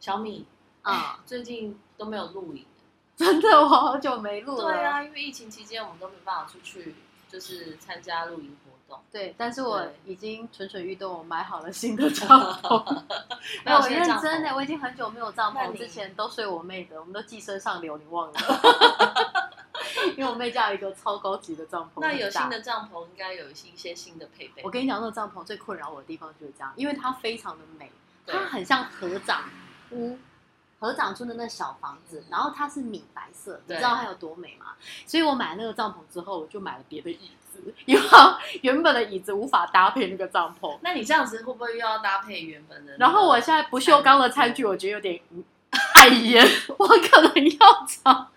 小米，嗯，最近都没有录影。 真的，我好久没录了。对啊，因为疫情期间我们都没办法出去，就是参加露营活动。对，但是我对已经蠢蠢欲动，我买好了新的帐 篷。没有，我现在认帐真欸篷的，我已经很久没有帐那篷，你之前都睡我妹的，我们都寄生上流，你 忘了？ 因为我妹家有一个超高级的帐篷，那有很大新的帐篷，应该有一些新的配备我。跟你讲，那个帐篷最困扰我的地方就是这样，因为它非常的美，对嗯它很像合掌屋，合掌住的那小房子，然后它是米白色，你对知道它有多美吗？所以我买那个帐篷之后，我就买了别的椅子， 因为它原本的椅子无法搭配那个帐篷。那你这样子会不会又要搭配原本的那个？然后我现在不锈钢的餐具，我觉得有点 嗯碍眼， 我可能要找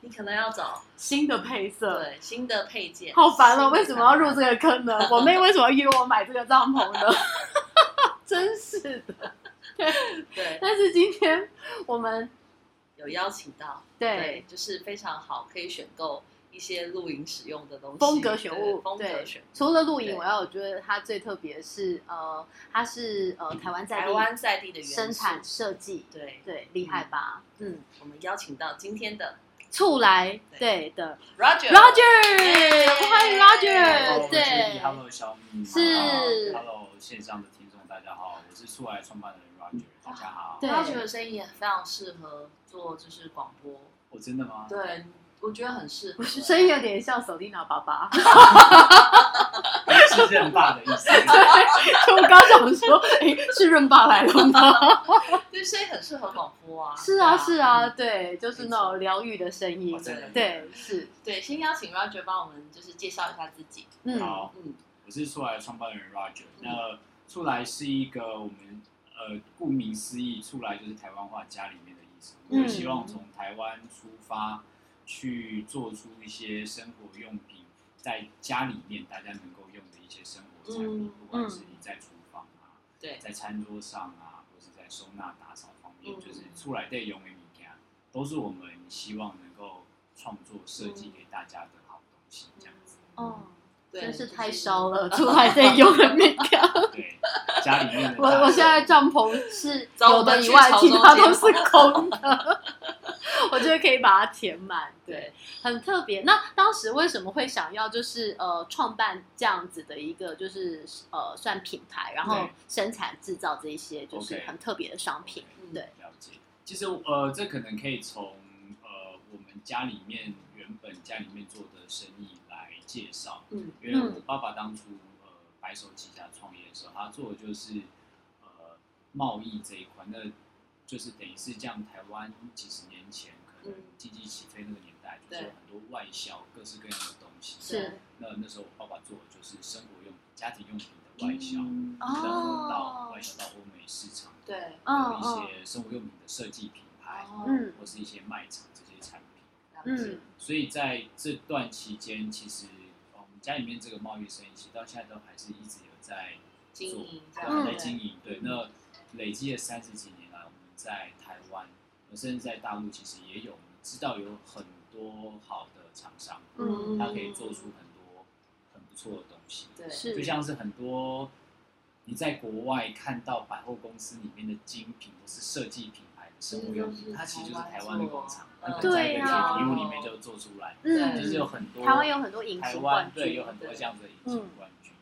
你可能要找新的配色。对新的配件，好烦哦，新的为什么要入看这个 坑呢？我妹为什么要约我买这个帐篷呢？ 真是的。法？对，但是今天我们有邀请到，对，就是非常好，可以选购一些露营使用的东西，风格选物对，风格对选物。除了露营，对我要我觉得它最特别是呃，它是呃台湾在台地湾在地的元素生产，嗯设计，对，对，厉害吧？嗯，我们邀请到今天的醋来对的嗯 Roger。 Roger，欢迎 Hello， Roger，对呃 Hello，Hello，小米，是 Hello，线上的听众大家好，我是速来创办人 Roger，大家好。对 Roger 的声音也非常适合做，就是广播。我真的吗？对，我觉得很适合。声音有点像 Selina 爸爸， 是任爸的意思。就我刚想说，哎，是润爸来了 吗？对，声音很适合广播啊。哦是啊，对是啊，对，就是那种疗愈的声音我，真的对，是，对，先邀请 Roger 帮我们就是介绍一下自己。嗯，好，嗯，我是速来创办人 Roger。那速来是一个我们呃，顾名思义，速来就是台湾话家里面的意思。我们嗯希望从台湾出发，去做出一些生活用品，在家里面大家能够用的一些生活产品，嗯不管是你在厨房啊。对，在餐桌上啊，或是在收纳打扫方面，嗯就是出来的用的物件，都是我们希望能够创作设计嗯给大家的好东西，这样子。哦，对，真是就太烧了，出来再用了那个。对，家里面的我大我现在小帐篷 是找我有们的以去外，潮其州他街都是空的。 我觉得可以把它填满，对，对，很特别。那当时为什么会想要就是呃创办这样子的一个就是呃算品牌，然后对生产制造这一些就是 OK 很特别的商品，嗯对，了解。其实呃，这可能可以从呃我们家里面原本家里面做的生意来介绍。嗯，因为我爸爸当初呃白手起家创业的时候，他做的就是呃贸易这一块，那就是等于是这样。台湾几十年前可能嗯经济起飞那个年代，就是有对很多外销各式各样的东西。是那那时候我爸爸做的就是生活用品、家庭用品的外销，嗯然后哦到外销到欧美市场对，嗯的一些生活用品的设计品牌，哦，嗯或是一些卖场这些产品。嗯所以在这段期间，其实呃我们家里面这个贸易生意，其实到现在都还是一直有在经营这对样嗯还在经营。对，那累积了三十几年来，我们在台湾，呃甚至在大陆，其实也有我们知道有很多好的厂商，嗯他可以做出很多很不错的东西。对，是就像是很多你在国外看到百货公司里面的精品或是设计品牌的生活用嗯品，它其实就是台湾的工厂，它嗯可能在一个对啊铁皮屋里面就做出来，嗯，就是有很多台湾有很多隐台形湾冠嗯对军有，很多这样子的隐形冠军。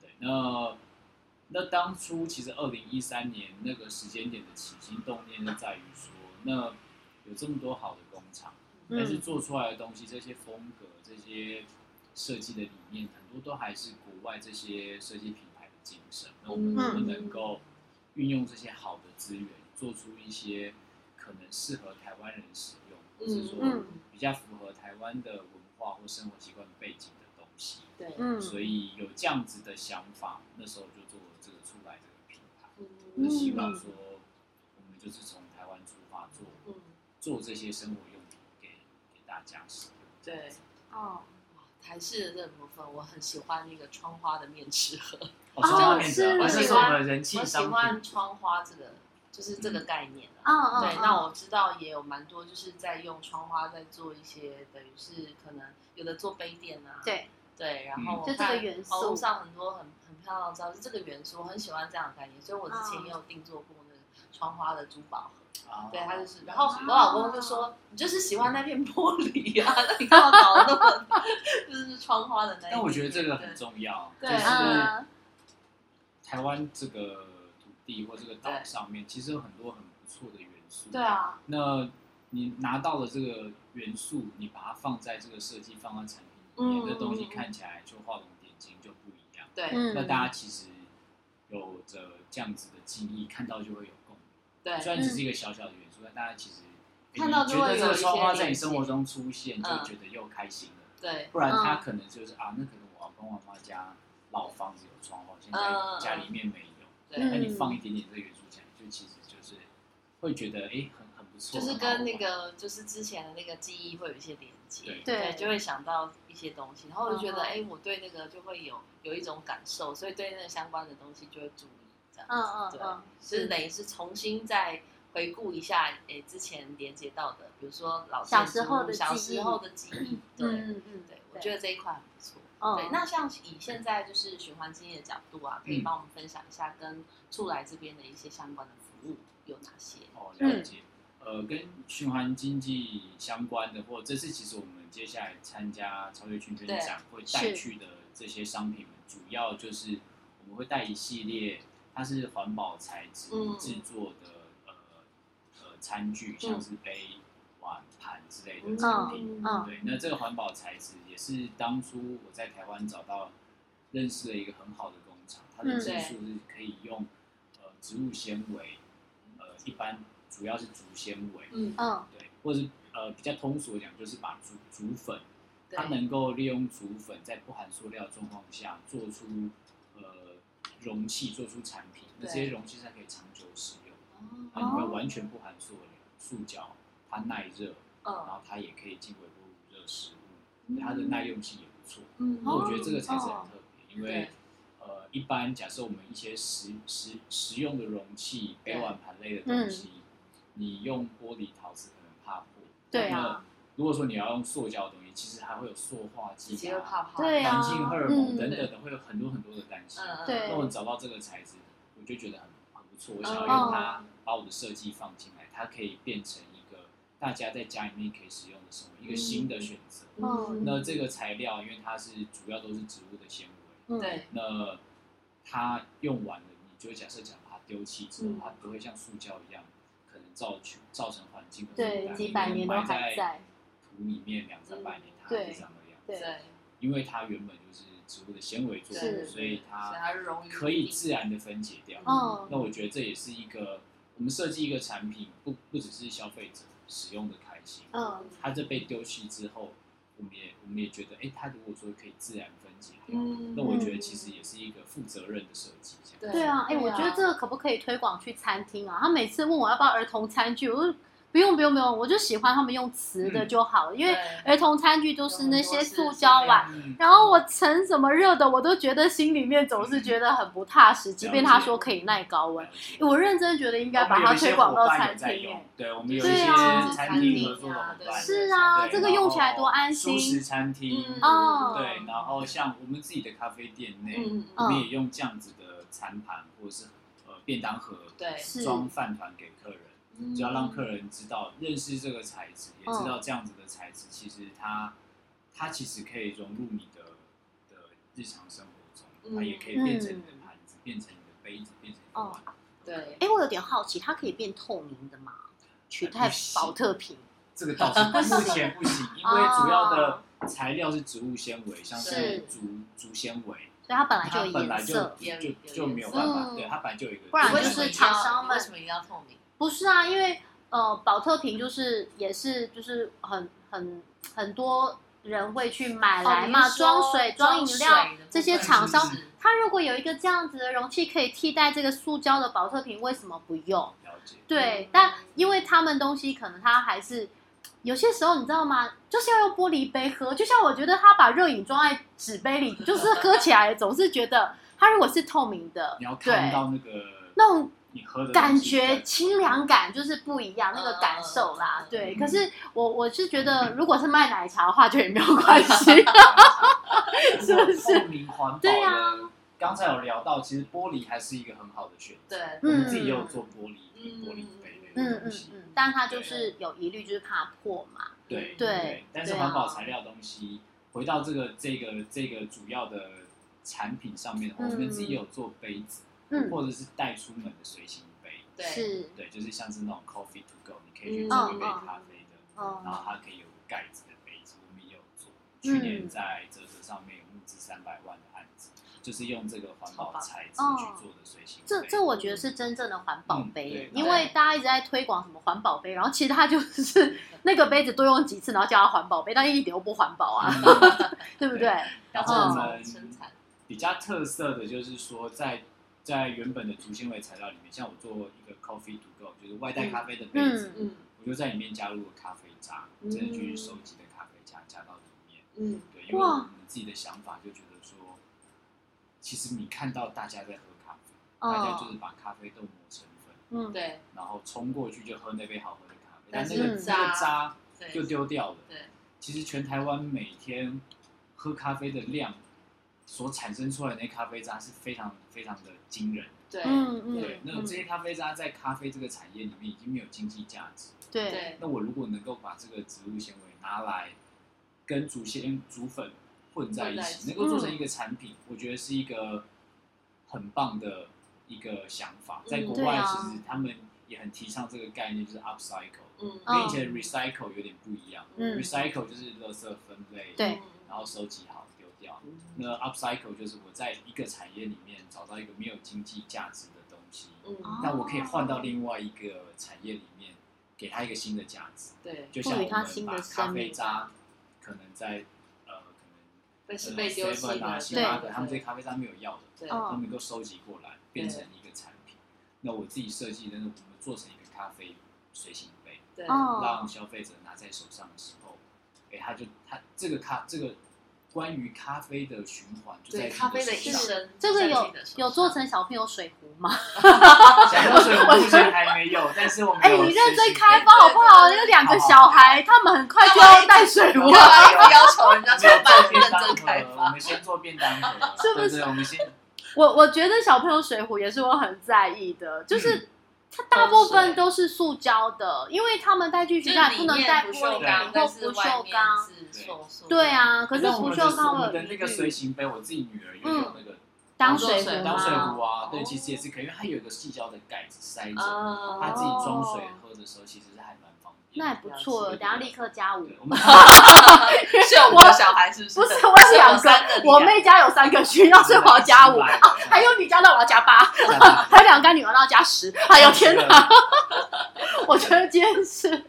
对，那那当初其实二零一三年那个时间点的起心动念就在于说，那有这么多好的工厂，嗯但是做出来的东西，这些风格、这些设计的理念，很多都还是国外这些设计品牌的精神。那我嗯们能不能够运用这些好的资源，做出一些可能适合台湾人使用，或是说嗯比较符合台湾的文化或生活习惯背景的东西？对，嗯，所以有这样子的想法，那时候就做了这个出来这个品牌。嗯那希望说，我们就是从台湾出发做嗯，做这些生活用品给给大家使用。对。哦，哇台式的那部分，我很喜欢那个窗花的面食盒，哦哦，这方面是的，而且是我们的人气我喜商欢品。窗花这个，就是这个概念啊。嗯嗯，对，嗯那我知道也有蛮多，就是在用窗花在做一些，等于是可能有的做杯垫啊，对，对，然后嗯我就这个看元网络素，上很多很很漂亮的照片，这个元素我很喜欢这样的概念，所以我之前嗯也有定做过那个窗花的珠宝盒，啊对，它就是，然后了解我老公就说你就是喜欢那片玻璃啊，那你干嘛搞那么 就是窗花的那一片？但我觉得这个很对重要，就对是嗯台湾这个土地或这个岛上面，其实有很多很不错的元素。对，啊，那你拿到了这个元素，你把它放在这个设计放到产品里面，嗯这东西嗯嗯看起来就画龙点睛，就不一样。对嗯那大家其实有着这样子的记忆，看到就会有共鸣。虽对然只是一个小小的元素，但大家其实诶看到你就觉会得这有个一双些花在连你接生活中出现，就嗯觉得又开心了。对，不然他嗯可能就是啊，那可能我阿公阿妈家老房子有窗花，现嗯在家里面没有。对那你嗯放一点点这个元素进来，就其实就是会觉得诶很很不错，就是很好玩跟那个就是之前的那个记忆会有一些连接，嗯对对就会想到一些东西，然后我就觉得，嗯嗯哎、我对那个就会有有一种感受，所以对那个相关的东西就会注意，这样，嗯嗯对，嗯，就是等于是重新再回顾一下，哎、之前连接到的，比如说老小建时筑候物的小记忆时候的记 忆，对、嗯嗯对，我觉得这一块很不错。嗯对，那像以现在就是循环经济的角度啊，可以嗯帮我们分享一下跟处来这边的一些相关的服务有哪些？哦，了解。呃，跟循环经济相关的，或这次其实我们接下来参加超越圈圈对展会带去的这些商品们，主要就是我们会带一系列，它是环保材质嗯制作的、呃呃餐具，像是杯、碗、盘之类的嗯产品。嗯对，那这个环保材质也是当初我在台湾找到认识了一个很好的工厂，它的嗯技术是可以用呃植物纤维，呃一般主要是竹纤维，嗯，嗯对，或者是呃比较通俗地讲就是把竹竹粉，对它能够利用竹粉在不含塑料的状况下做出呃容器，做出产品，那这些对容器是可以长久使用，它哦里面完全不含塑料塑胶，它耐热。嗯然后它也可以进微波炉热食物，它的耐用性也不错。嗯那我觉得这个才是很哦特别，因为呃，一般假设我们一些食食食用的容器、对杯碗盘类的东西，嗯你用玻璃陶瓷可能怕破。对那啊如果说你要用塑胶的东西，其实还会有塑化直剂接啊、怕怕。对啊环境荷尔嗯蒙等等的，会有很多很多的担心。嗯嗯，对那我找到这个材质，我就觉得很很不错。我想要嗯哦用它把我的设计放进来，它可以变成一个大家在家里面可以使用的生活，一个新的选择。嗯那这个材料，因为它是主要都是植物的纤维，嗯，对，那它用完了，你就假设讲把它丢弃之后嗯，它不会像塑胶一样，可能造成造成环境的负担对，几百年都还埋在在，嗯土里面两三百年，它对还是长那样。对对，因为它原本就是植物的纤维做的，是啊所以它所以它容易啊可以自然的分解掉。嗯那我觉得这也是一个我们设计一个产品，不不只是消费者使用的开心，嗯它这被丢弃之后，我们也我们也觉得，哎，它如果说可以自然分解掉，嗯那我觉得其实也是一个负责任的设计。这样对啊，哎，对啊我觉得这个可不可以推广去餐厅啊？他每次问我要不要儿童餐具，我就不用不用不用，我就喜欢他们用瓷的就好了，因为儿童餐具都是那些塑胶碗。嗯然后我盛什么热的，我都觉得心里面总是觉得很不踏实。即便他说可以耐高温了，解我认真觉得应该把它推广到餐我们有一些伙厅欸伴有在用耶。对，我们有一对些啊餐厅合作的伙餐厅啊伴，是啊，对这个然用起来后多安素食心。餐厅，嗯哦对，然后像我们自己的咖啡店内，嗯我嗯们也用这样子的餐盘或者是呃便当盒，对是装饭团给客人，嗯，只要让客人知道认识这个材质，也知嗯道这样子的材质，其实它它其实可以融入你的的日常生活嗯中，它也可以变成你嗯的盘子，变成你的杯子，变成你的碗。哦对，嗯哎，我有点好奇，它可以变透明的吗？取代保特瓶，这个倒 是目前不行，因为主要的材料是植物纤维，像哦是是竹竹纤维，所以它本来就它有本来颜就色，有就有就颜没有色办法，嗯对，它本来就有一个，不然为就什么是一定厂要商们为什么一定要透明？不是啊，因为呃，保特瓶就是也是就是很很很多人会去买来嘛，哦你是说装水、装饮料装水的部分这些厂商是不是，它如果有一个这样子的容器可以替代这个塑胶的保特瓶，为什么不用？了解，嗯对，但因为他们东西可能它还是有些时候，你知道吗？就是要用玻璃杯喝，就像我觉得他把热饮装在纸杯里，就是喝起来总是觉得它如果是透明的你要，看对，到那个那种你喝的感东西觉对清凉感就是不一样，那个感受啦嗯，对。嗯可是我我是觉得，如果是卖奶茶的话，就也没有关 系， 是不是？透明环保的对啊刚才有聊到，其实玻璃还是一个很好的选择。对，我嗯们自己也有做玻璃嗯玻璃杯类嗯的东嗯西，嗯，但它就是有疑虑，就是怕破嘛。对对但是对啊环保材料的东西，回到这个这个这个主要的产品上面的话，嗯我们自己也有做杯子，嗯，或者是带出门的随行杯。对是，对，就是像是那种 coffee to go，你可以嗯去做一杯嗯嗯咖啡的，嗯然后它可以有盖子的杯子，我们也有做。去年在泽泽上面有募资三百万的案子，就是用这个环好保吧材质哦去做的随行杯。嗯这这我觉得是真正的环保杯耶，嗯对因为大家一直在推广什么环保杯，然后其实它就是那个杯子多用几次，然后叫它环保杯，但一点都不环保嗯啊，对不对？然这后我种们生产比较特色的就是说在，在原本的竹纤维材料里面，像我做一个 coffee to go，就是外带咖啡的杯子，嗯嗯我就在里面加入了咖啡渣，嗯真的去收集的咖啡渣加到里面。嗯，对，因为哇我们自己的想法就觉得说，其实你看到大家在喝咖啡，大家就嗯是把咖啡豆磨成粉，嗯，对然后冲过去就喝那杯好喝的咖啡，但但是那个渣那个渣对，就丢掉了。对，其实全台湾每天喝咖啡的量所产生出来的那咖啡渣是非常非常的惊人。对嗯嗯对，那嗯这些咖啡渣在咖啡这个产业里面已经没有经济价值。对，对那我如果能够把这个植物纤维拿来跟竹纤竹粉混在一混在一起，起能够做成一个产品，我觉得是一个很棒的一个想法。在国对外啊其实他们也很提倡这个概念，就是 upcycle，嗯哦跟以前的 recycle 有点不一样。嗯 recycle 就是垃圾分类，嗯对，然后收集好丢掉。那 upcycle 就是我在一个产业里面找到一个没有经济价值的东西，嗯哦那我可以换到另外一个产业里面，给它一个新的价值。对，就像赋我予它们新把的咖生啡命渣可能在呃可但是能被丢弃 7-Eleven 啊、的，星巴克，对他们这些咖啡渣没有要的，对哦他们都收集过来变成一个产品。那我自己设计的，我们做成一个咖啡随行杯，对，让哦，消费者拿在手上的时候，哎，他就他这个咖这个关于咖啡的循环就在对你咖啡的手一上生，这个在有你的手有上做成小朋友水壶吗？ 想要水目前还没有，但是我们哎，有你随认真行开杯发好不好？有两个小孩，他们很快就要带水我壶干了。嘛一直要求人家没出有做版认便当真开盒，我发？们先做便当盒， 是不是对对，我们先我我觉得小朋友水壶也是我很在意的，就是它大部分都是塑胶的，因为他们带去学校也不能带玻璃钢瓶或不锈钢。对，啊，可是那我不们锈的钢我们有的那个随疑虑，行杯，我自己女儿也有那个当水壶嗯当水吗？壶啊，对，哦其实也是可以，因为它有一个细胶的盖子塞嗯着，哦啊，她自己装水喝的时候其实是还蛮方便那也的。不错，等下立刻加 五对，。我们我是啊我们的小孩是不是？ 不是，我有两是我三个个，你我妹家有三个需 要，所以我要加啊五。还有你家那我要加八，还有两个女儿那要加十。哎呦啊天哪！哪！我觉得今天是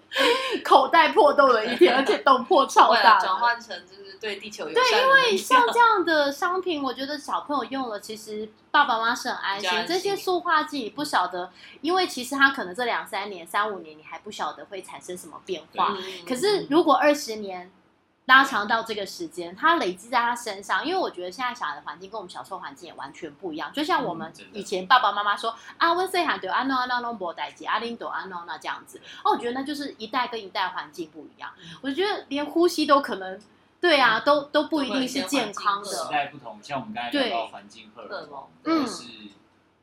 口袋破洞的一天，而且洞破超为大了的。转换成就是对地球友对，善因 的为像这样的商品，我觉得小朋友用了，其实爸爸妈妈是很安心比较。安这心些塑化剂不晓得，因为其实它可能这两三年、三五年你还不晓得会产生什么变化。嗯可是如果二十年拉长到这个时间，它累积在他身上，因为我觉得现在小孩的环境跟我们小时候环境也完全不一样。就像我们嗯真的以前爸爸妈妈说啊，温岁喊对啊诺啊诺诺博代吉啊林朵啊诺那这样子，哦，我觉得那就是一代跟一代环境不一样。我觉得连呼吸都可能，对啊，都都不一定是健康都会有一些时环境的。代不同，像我们刚才聊到环境荷尔蒙，对或是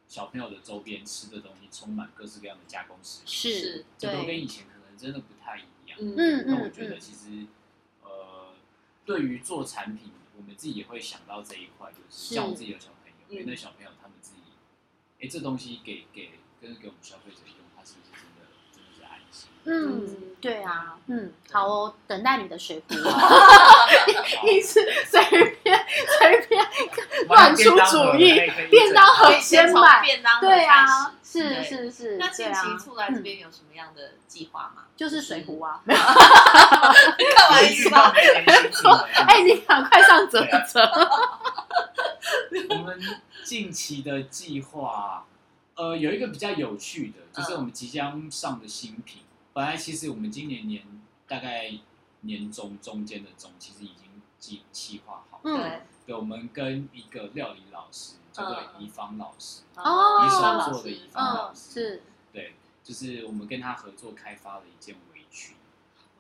小朋友的周边吃的东西充满各式各样的加工食品，是，这都跟对，以前可能真的不太一样。嗯嗯那我觉得其实，呃，对于做产品，我们自己也会想到这一块，就是是像我自己有小朋友，嗯那小朋友他们自己，哎，这东西给给跟给我们消费者用，他是不是真的真的是爱用？ 西。嗯，对啊，嗯，好哦，等待你的水壶，啊一 直随便随便乱出主意，便当盒先从买，便当盒对啊开，始是对是是，那对近啊嗯期，出来这边有什么样的计划吗？就是水壶啊，干嘛一直到到？ 哎，你赶快上折一折，我们近期的计划，呃，有一个比较有趣的，就是我们即将上的新品。本来其实我们今年年大概年中中间的中，其实已经计计划好。嗯对，对，我们跟一个料理老师叫做嗯怡芳老师，哦怡芳手老做的师怡芳嗯老，师，是，对，就是我们跟他合作开发了一件围裙。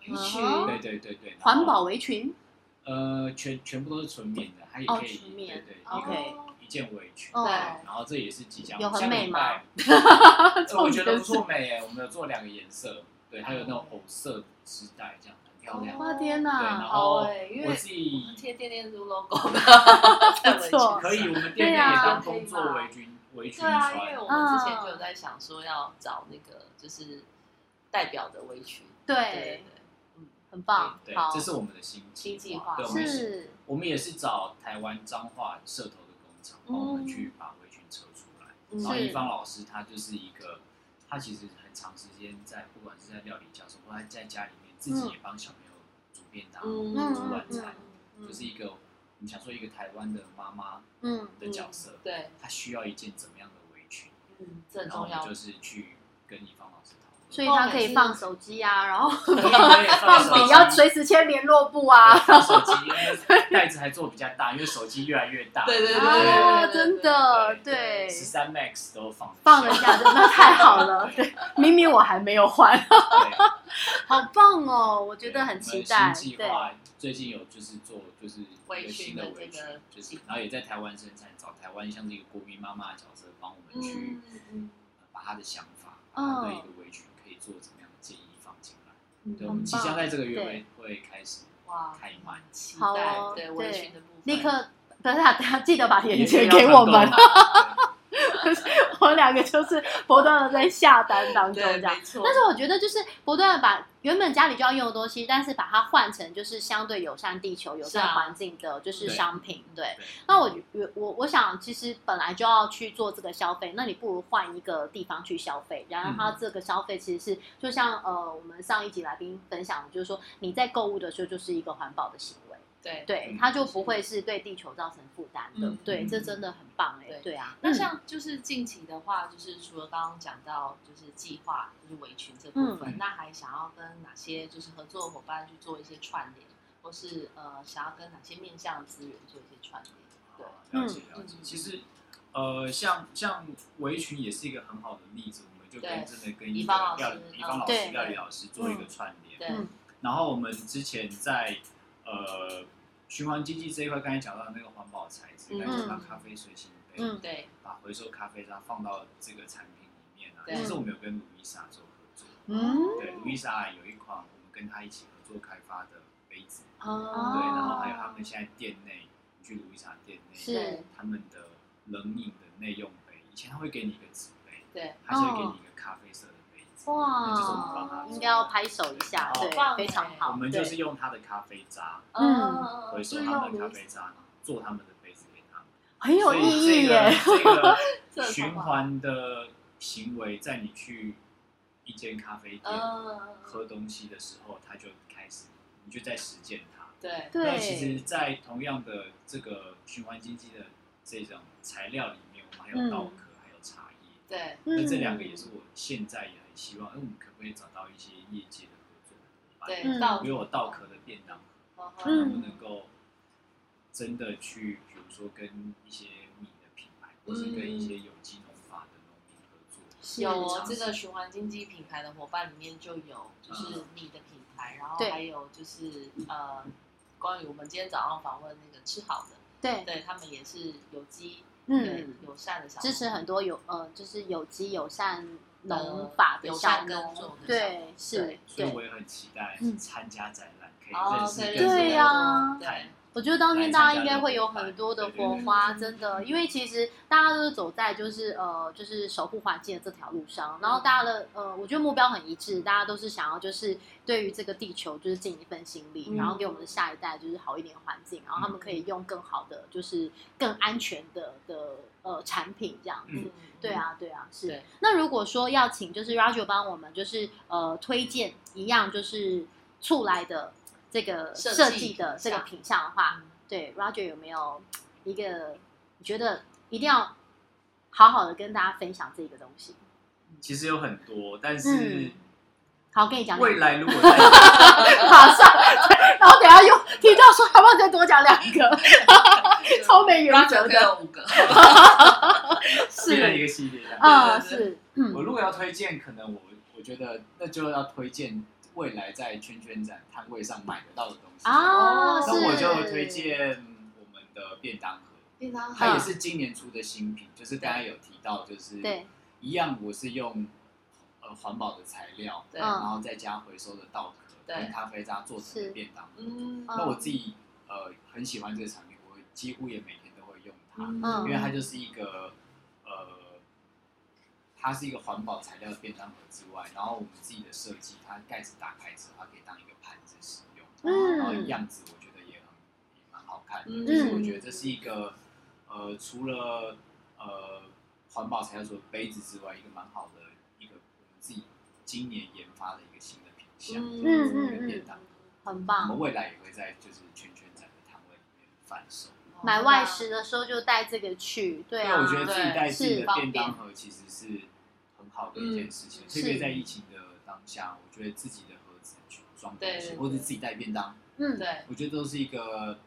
围裙嗯对对对对，然后环保围裙，呃，全全部都是纯棉的，它也哦可以，纯棉对对，OK 一件围裙，哦对，然后这也是即将有很下个美礼吗拜呃我觉得不错美耶，我们有做两个颜色，对，还有那种藕色织带，这样很漂亮。哇天对，哪然，后好耶因为我自己嗯贴电电猪 logo 的，不错可以，我们店对内也啊当可以工作嘛围裙围裙对啊，因为穿，我们之前就有在想说要找那个就是代表的围裙，对对，很棒，对，好这，是我们的新新计划对，我们也是是，我们也是找台湾彰化社头的工厂帮我们去把围裙扯出来。嗯然后是一方老师他就是一个，他其实很长时间在不管是在料理教授，或者在家里面自己也帮小朋友煮便当、嗯煮晚对餐，就是一个我们想说一个台湾的妈妈嗯，的角色，对，她需要一件怎么样的围裙，嗯，这很然后重我们要就。是去跟一方老师讨论，所以他可以放手机啊，然后可以放手笔，机要随时签联络簿啊，对放手机，因为袋子还做比较大，因为手机越来越大，对对对哦，真的，对对，十三 Max 都放放得下，真的太好 了。对，明明我还没有还，对好棒哦，我觉得很期待我们。新计对，划最近有就是做就是一围个裙新的的这围裙个，就是计划然后也在台湾生产，找台湾像是一个国民妈妈的角色，帮我们去嗯呃把她的想法，把嗯她对一个围裙可以做怎么样的建议放进来。嗯对，嗯我们即很将棒在这个对月会会开始哇，开卖，期好待哦对对围裙的部分，立刻，等一下，等一下，记得把链也接是给要啊我团们购。的我们两个就是不断的在下单当中对，这样。没错。但是我觉得就是不断的把原本家里就要用的东西，但是把它换成就是相对友善地球、友是善啊环境的，就是对商品。对对，那我我我我想，其实本来就要去做这个消费，那你不如换一个地方去消费，然后它这个消费其实是就像呃，我们上一集来宾分享的，就是说你在购物的时候就是一个环保的行为，对，对嗯，它就不会是对地球造成负担的嗯。对，嗯这真的很棒哎对，对啊。那嗯像就是近期的话，就是除了刚刚讲到就是计划就是围裙这部分，嗯那还想要跟哪些就是合作伙伴去做一些串联，或是呃想要跟哪些面向资源做一些串联？对，了解嗯了解。其实，呃，像像围裙也是一个很好的例子，我们就跟对真的跟一怡个芳老料师嗯理，一方老对师料理老师做一个串联。对，嗯然后我们之前在呃循环经济这一块，刚才讲到那个环保材质，嗯刚才讲到咖啡随行杯，嗯对，把回收咖啡渣放到这个产品里面啊。对其实我们有跟路易莎做合作，嗯对，路易莎有一款我们跟她一起合作开发的杯子，哦对，哦然后还有他们现在店内，你去路易莎店内是他们的冷饮的内用杯，以前他会给你一个纸杯，对，他现在给你一个咖啡色的杯子，那就是我们帮他哇，做哦应该要拍手一下，好对棒，非常哎好。我们就对是用他的咖啡渣嗯回收就他们用的咖炉啡子渣，做他们的杯子给他们，很有所意以义这个耶。这个这很循棒环的行为，在你去一间咖啡店嗯，喝东西的时候，他就开始，你就在实践它。对，那其对实，在同样的这个循环经济的这种材料里面，我们还有稻壳，还有茶叶。对，那这两嗯个也是我现在也很希望，哎，我们可不可以找到一些业界的合作伙伴？对，到比如我稻壳的便当，嗯能不能够真的去，比如说跟一些米的品牌，或是跟一些有机农法的农民合作？嗯是有哦尝，这试个循环经济品牌的伙伴里面就有，嗯就是你的品牌，然后对还有就是呃，关于我们今天早上访问那个吃好的，对，对他们也是有机对嗯，友善的小农支持很多有呃，就是有机友善农法的友小善耕农种，的小对，是对，所以对，我也很期待嗯参加展览，可以哦认识可以更认识多对啊更呀多台对我觉得当天大家应该会有很多的火花，对对对真的，因为其实大家都是走在就是呃就是守护环境的这条路上，然后嗯大家的呃，我觉得目标很一致，大家都是想要就是对于这个地球就是尽一份心力，嗯然后给我们的下一代就是好一点的环境，然后他们可以用更好的就是更安全的的呃产品这样子。嗯对，啊，对啊，是对。那如果说要请就是 Roger 帮我们就是呃推荐一样就是出来的这个设计呃设计的品这个项品相的话，嗯对 Roger 有没有一个你觉得一定嗯要好好的跟大家分享这个东西？其实有很多，但是嗯好，跟你讲两 未个来如果再马上，对然后等一下又听到说要不要再多讲两个，嗯超没原则可以的，有五个，变成一是个系列这样，啊，对对是嗯我如果要推荐，可能我我觉得那就要推荐未来在圈圈展摊位上买得到的东西。啊，那是，哦那我就推荐我们的便当盒，便当它盒也是今年出的新品，就是刚刚有提到，就是对，一样我是用呃环保的材料，对然后再加回收的稻壳对跟咖啡渣做成是的便当盒。嗯那我自己呃很喜欢这个产品，我几乎也每天都会用它。嗯哦因为它就是一个呃，它是一个环保材料的便当盒之外，然后我们自己的设计，它盖子打开之后，它可以当一个盘子使用，然后嗯，样子我觉得也很也蛮好看的，嗯就是我觉得这是一个呃，除了呃环保材料做的杯子之外，一个蛮好的一个我们自己今年研发的一个新的品相，嗯就是这嗯嗯个便当盒，很我棒。们未来也会在就是圈圈展的摊位里面贩售。买外食的时候就带这个去，对因啊，为我觉得自己带自己是的方便便当盒其实是很好的一件事情，嗯特别是在疫情的当下，我觉得自己的盒子去装东对西，对或者对自己带便当，嗯，对，我觉得都是一个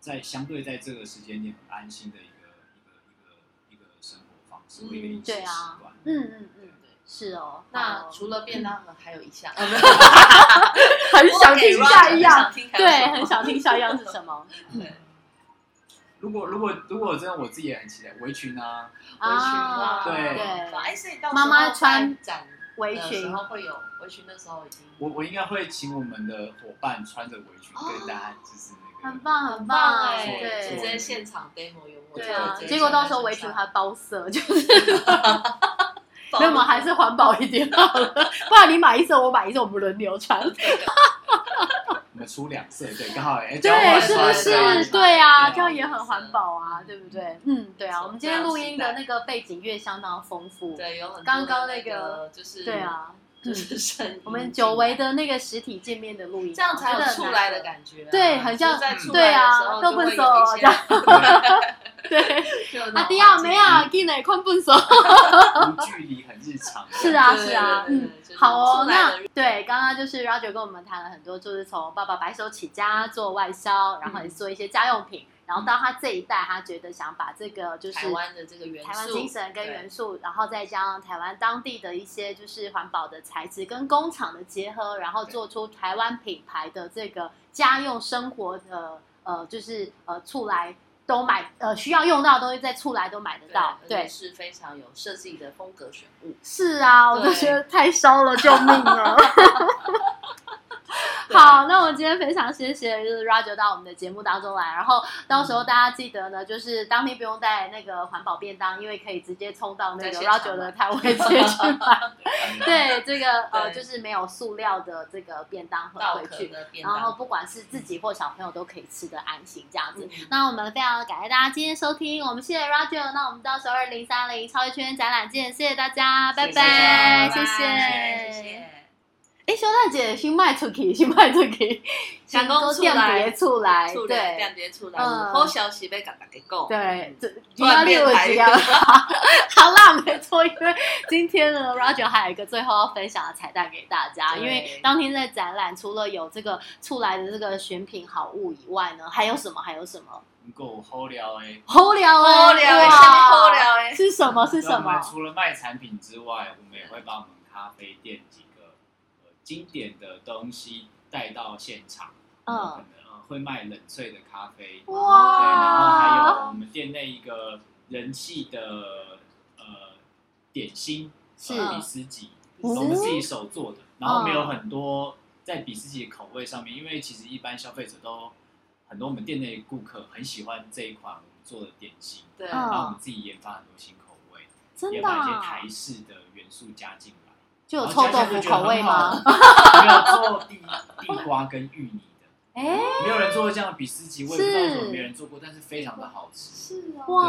在相对在这个时间点很安心的一个一个一个一个生活方式，嗯或一个饮食对习啊惯。嗯嗯嗯，是哦。那好除了便当盒，还有 一项，很想听下一样，想听对，很想听下一样是什么对如果如果如果真的我自己也很期待围裙啊，啊？对哎，所以到妈妈穿展围然裙，后会有围裙的时候已经我我应该会请我们的伙伴穿着围裙跟大家就是那哦很个。棒很棒棒，哎，对直接对现场 demo 有我对啊直。接结果到时候围裙还包色， 就是没有嘛，还是环保一点好了，不然你买一色，我买一色，我们轮流穿。我们出两色，对，刚好哎，交对，换是不穿交换对是？穿对啊，对这样也很环保啊，对不对？嗯，对啊，没错我们今天录音的那个背景乐相当丰富。对，有很多的刚刚那那个就是对，啊，就嗯，是声音我们久违的那个实体见面的录音，这样才有真的出来的感觉啊，对很像就是在出对来的时啊候都就不会有一熟哦些这样觉。就有对，那啊，种迪奥环境梅亚，进来困笨手。无距离，很日常。是啊对是啊对对对嗯就是好哦，出来那的对，刚刚就是 Roger 跟我们谈了很多，就是从爸爸白手起家做外销，然嗯后也做一些家用品，然后到他这一代，他觉得想把这个就是台湾的这个元素，台湾精神跟元素，然后再加上台湾当地的一些就是环保的材质跟工厂的结合，然后做出台湾品牌的这个家用生活的呃，就是呃出来都买呃需要用到的东西在出来都买得对到，而且对，是非常有设计的风格选物。是啊，我对都觉得太烧了，救命 啊！好，那我们今天非常谢谢就是 Roger 到我们的节目当中来，然后到时候大家记得呢，就是当天不用带那个环保便当，因为可以直接冲到那在个现场 Roger 的买摊位直接去 买。 对，这个呃对就是没有塑料的这个便当盒稻回壳去，的便然后当，不管是自己或小朋友都可以吃的安心这样子。嗯那我们非常感谢大家今天收听，我们谢谢 Roger，那我们到时候二零三零超越圈展览见，谢谢大家，拜谢谢大拜，家拜拜谢谢谢。谢。哎，肖大姐新卖出去，新卖出去，成功出来先都店别出来，出来，对感觉出来，嗯好消息被大家给讲。对，这突然变有台语几样，好啦，没错，因为今天呢，Roger 还有一个最后要分享的彩蛋给大家，对因为当天在展览除了有这个出来的这个选品好物以外呢，还有什么？还有什么？能够好聊哎。好聊哎，好料哇的，下面好料 的是什 么？是那什我们么？除了卖产品之外，我们也会把我们咖啡店几个呃经典的东西带到现场。我嗯们，可能呃会卖冷萃的咖啡，对，然啊后还哇，有我们店内一个人气的呃点心，是呃比斯吉，哦我们自己手做的，然后我们有很多在比斯吉的口味上面，因为其实一般消费者都很多我们店内的顾客很喜欢这一款我们做的点心，嗯对，然后我们自己研发很多新口味，真也的把一些啊、台式的元素加进来。就有然臭后豆加起腐来就觉得口味吗？很好？没有做地地瓜跟芋泥的，哎，没有人做过这样的比斯吉，我也不知道为什是么没人做过，但是非常的好吃。是哦，哇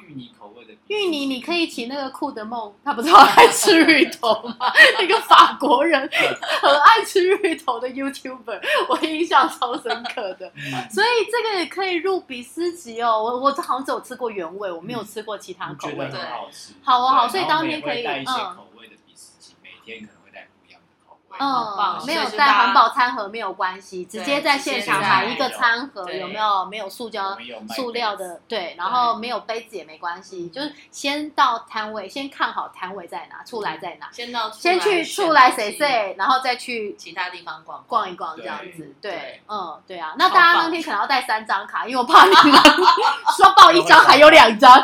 对，就是芋泥口味的比斯吉芋泥，你可以请那个酷的梦，他不是好爱吃芋头吗？ 那个法国人很爱吃芋头的 YouTuber，我印象超深刻 的。嗯所以这个也可以入比斯吉哦。我我好像只有吃过原味，我没有吃过其他嗯我口觉味得。很好吃。好哦对好所以然后当我们天也会可以带一些嗯口味的比斯吉，每天可能会带不一样的口味。好棒嗯，哦没有所以就带大家环保餐盒没有关系，直接在现场直接在买一个餐盒，对有没有？没有塑我胶、们有卖塑料的，对，然后没有杯子也没关系，就是先到摊位，先看好摊位在哪，出来在哪，先到先去出出来谁谁谁，然后再去其他地方逛逛一逛这样子，对，对嗯，对啊，那大家当天可能要带三张卡，因为我怕你们刷爆一张还有两张。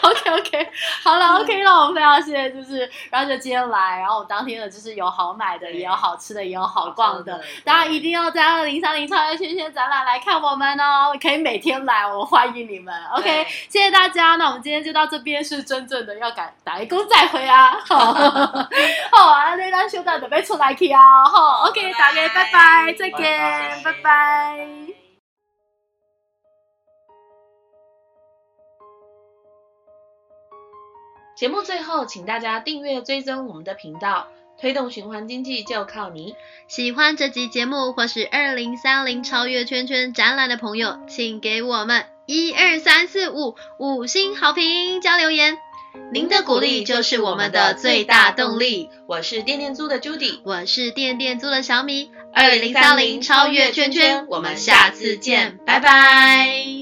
OK OK，好了 OK，那我们非常谢谢，就是然后就今天来，然后我当天的就是有好买的，对也有好吃的，也有好逛嗯的。，对大家一定要在二零三零超越圈圈展览来看我们哦，可以每天来，我欢迎你们。OK，对谢谢大家，那我们今天就到这边，是真正的要赶打一工再回啊。好， 好啊，那咱小弟准备出来去啊。好，OK，大家拜拜，再见，拜拜节目最后，请大家订阅追踪我们的频道，推动循环经济就靠你。喜欢这集节目或是二零三零超越圈圈展览的朋友，请给我们一二三四五五星好评加留言，您的鼓励就是我们的最大动力。我是店店租的 Judy，我是店店租的小米，二零三零超越圈圈，我们下次见，拜拜。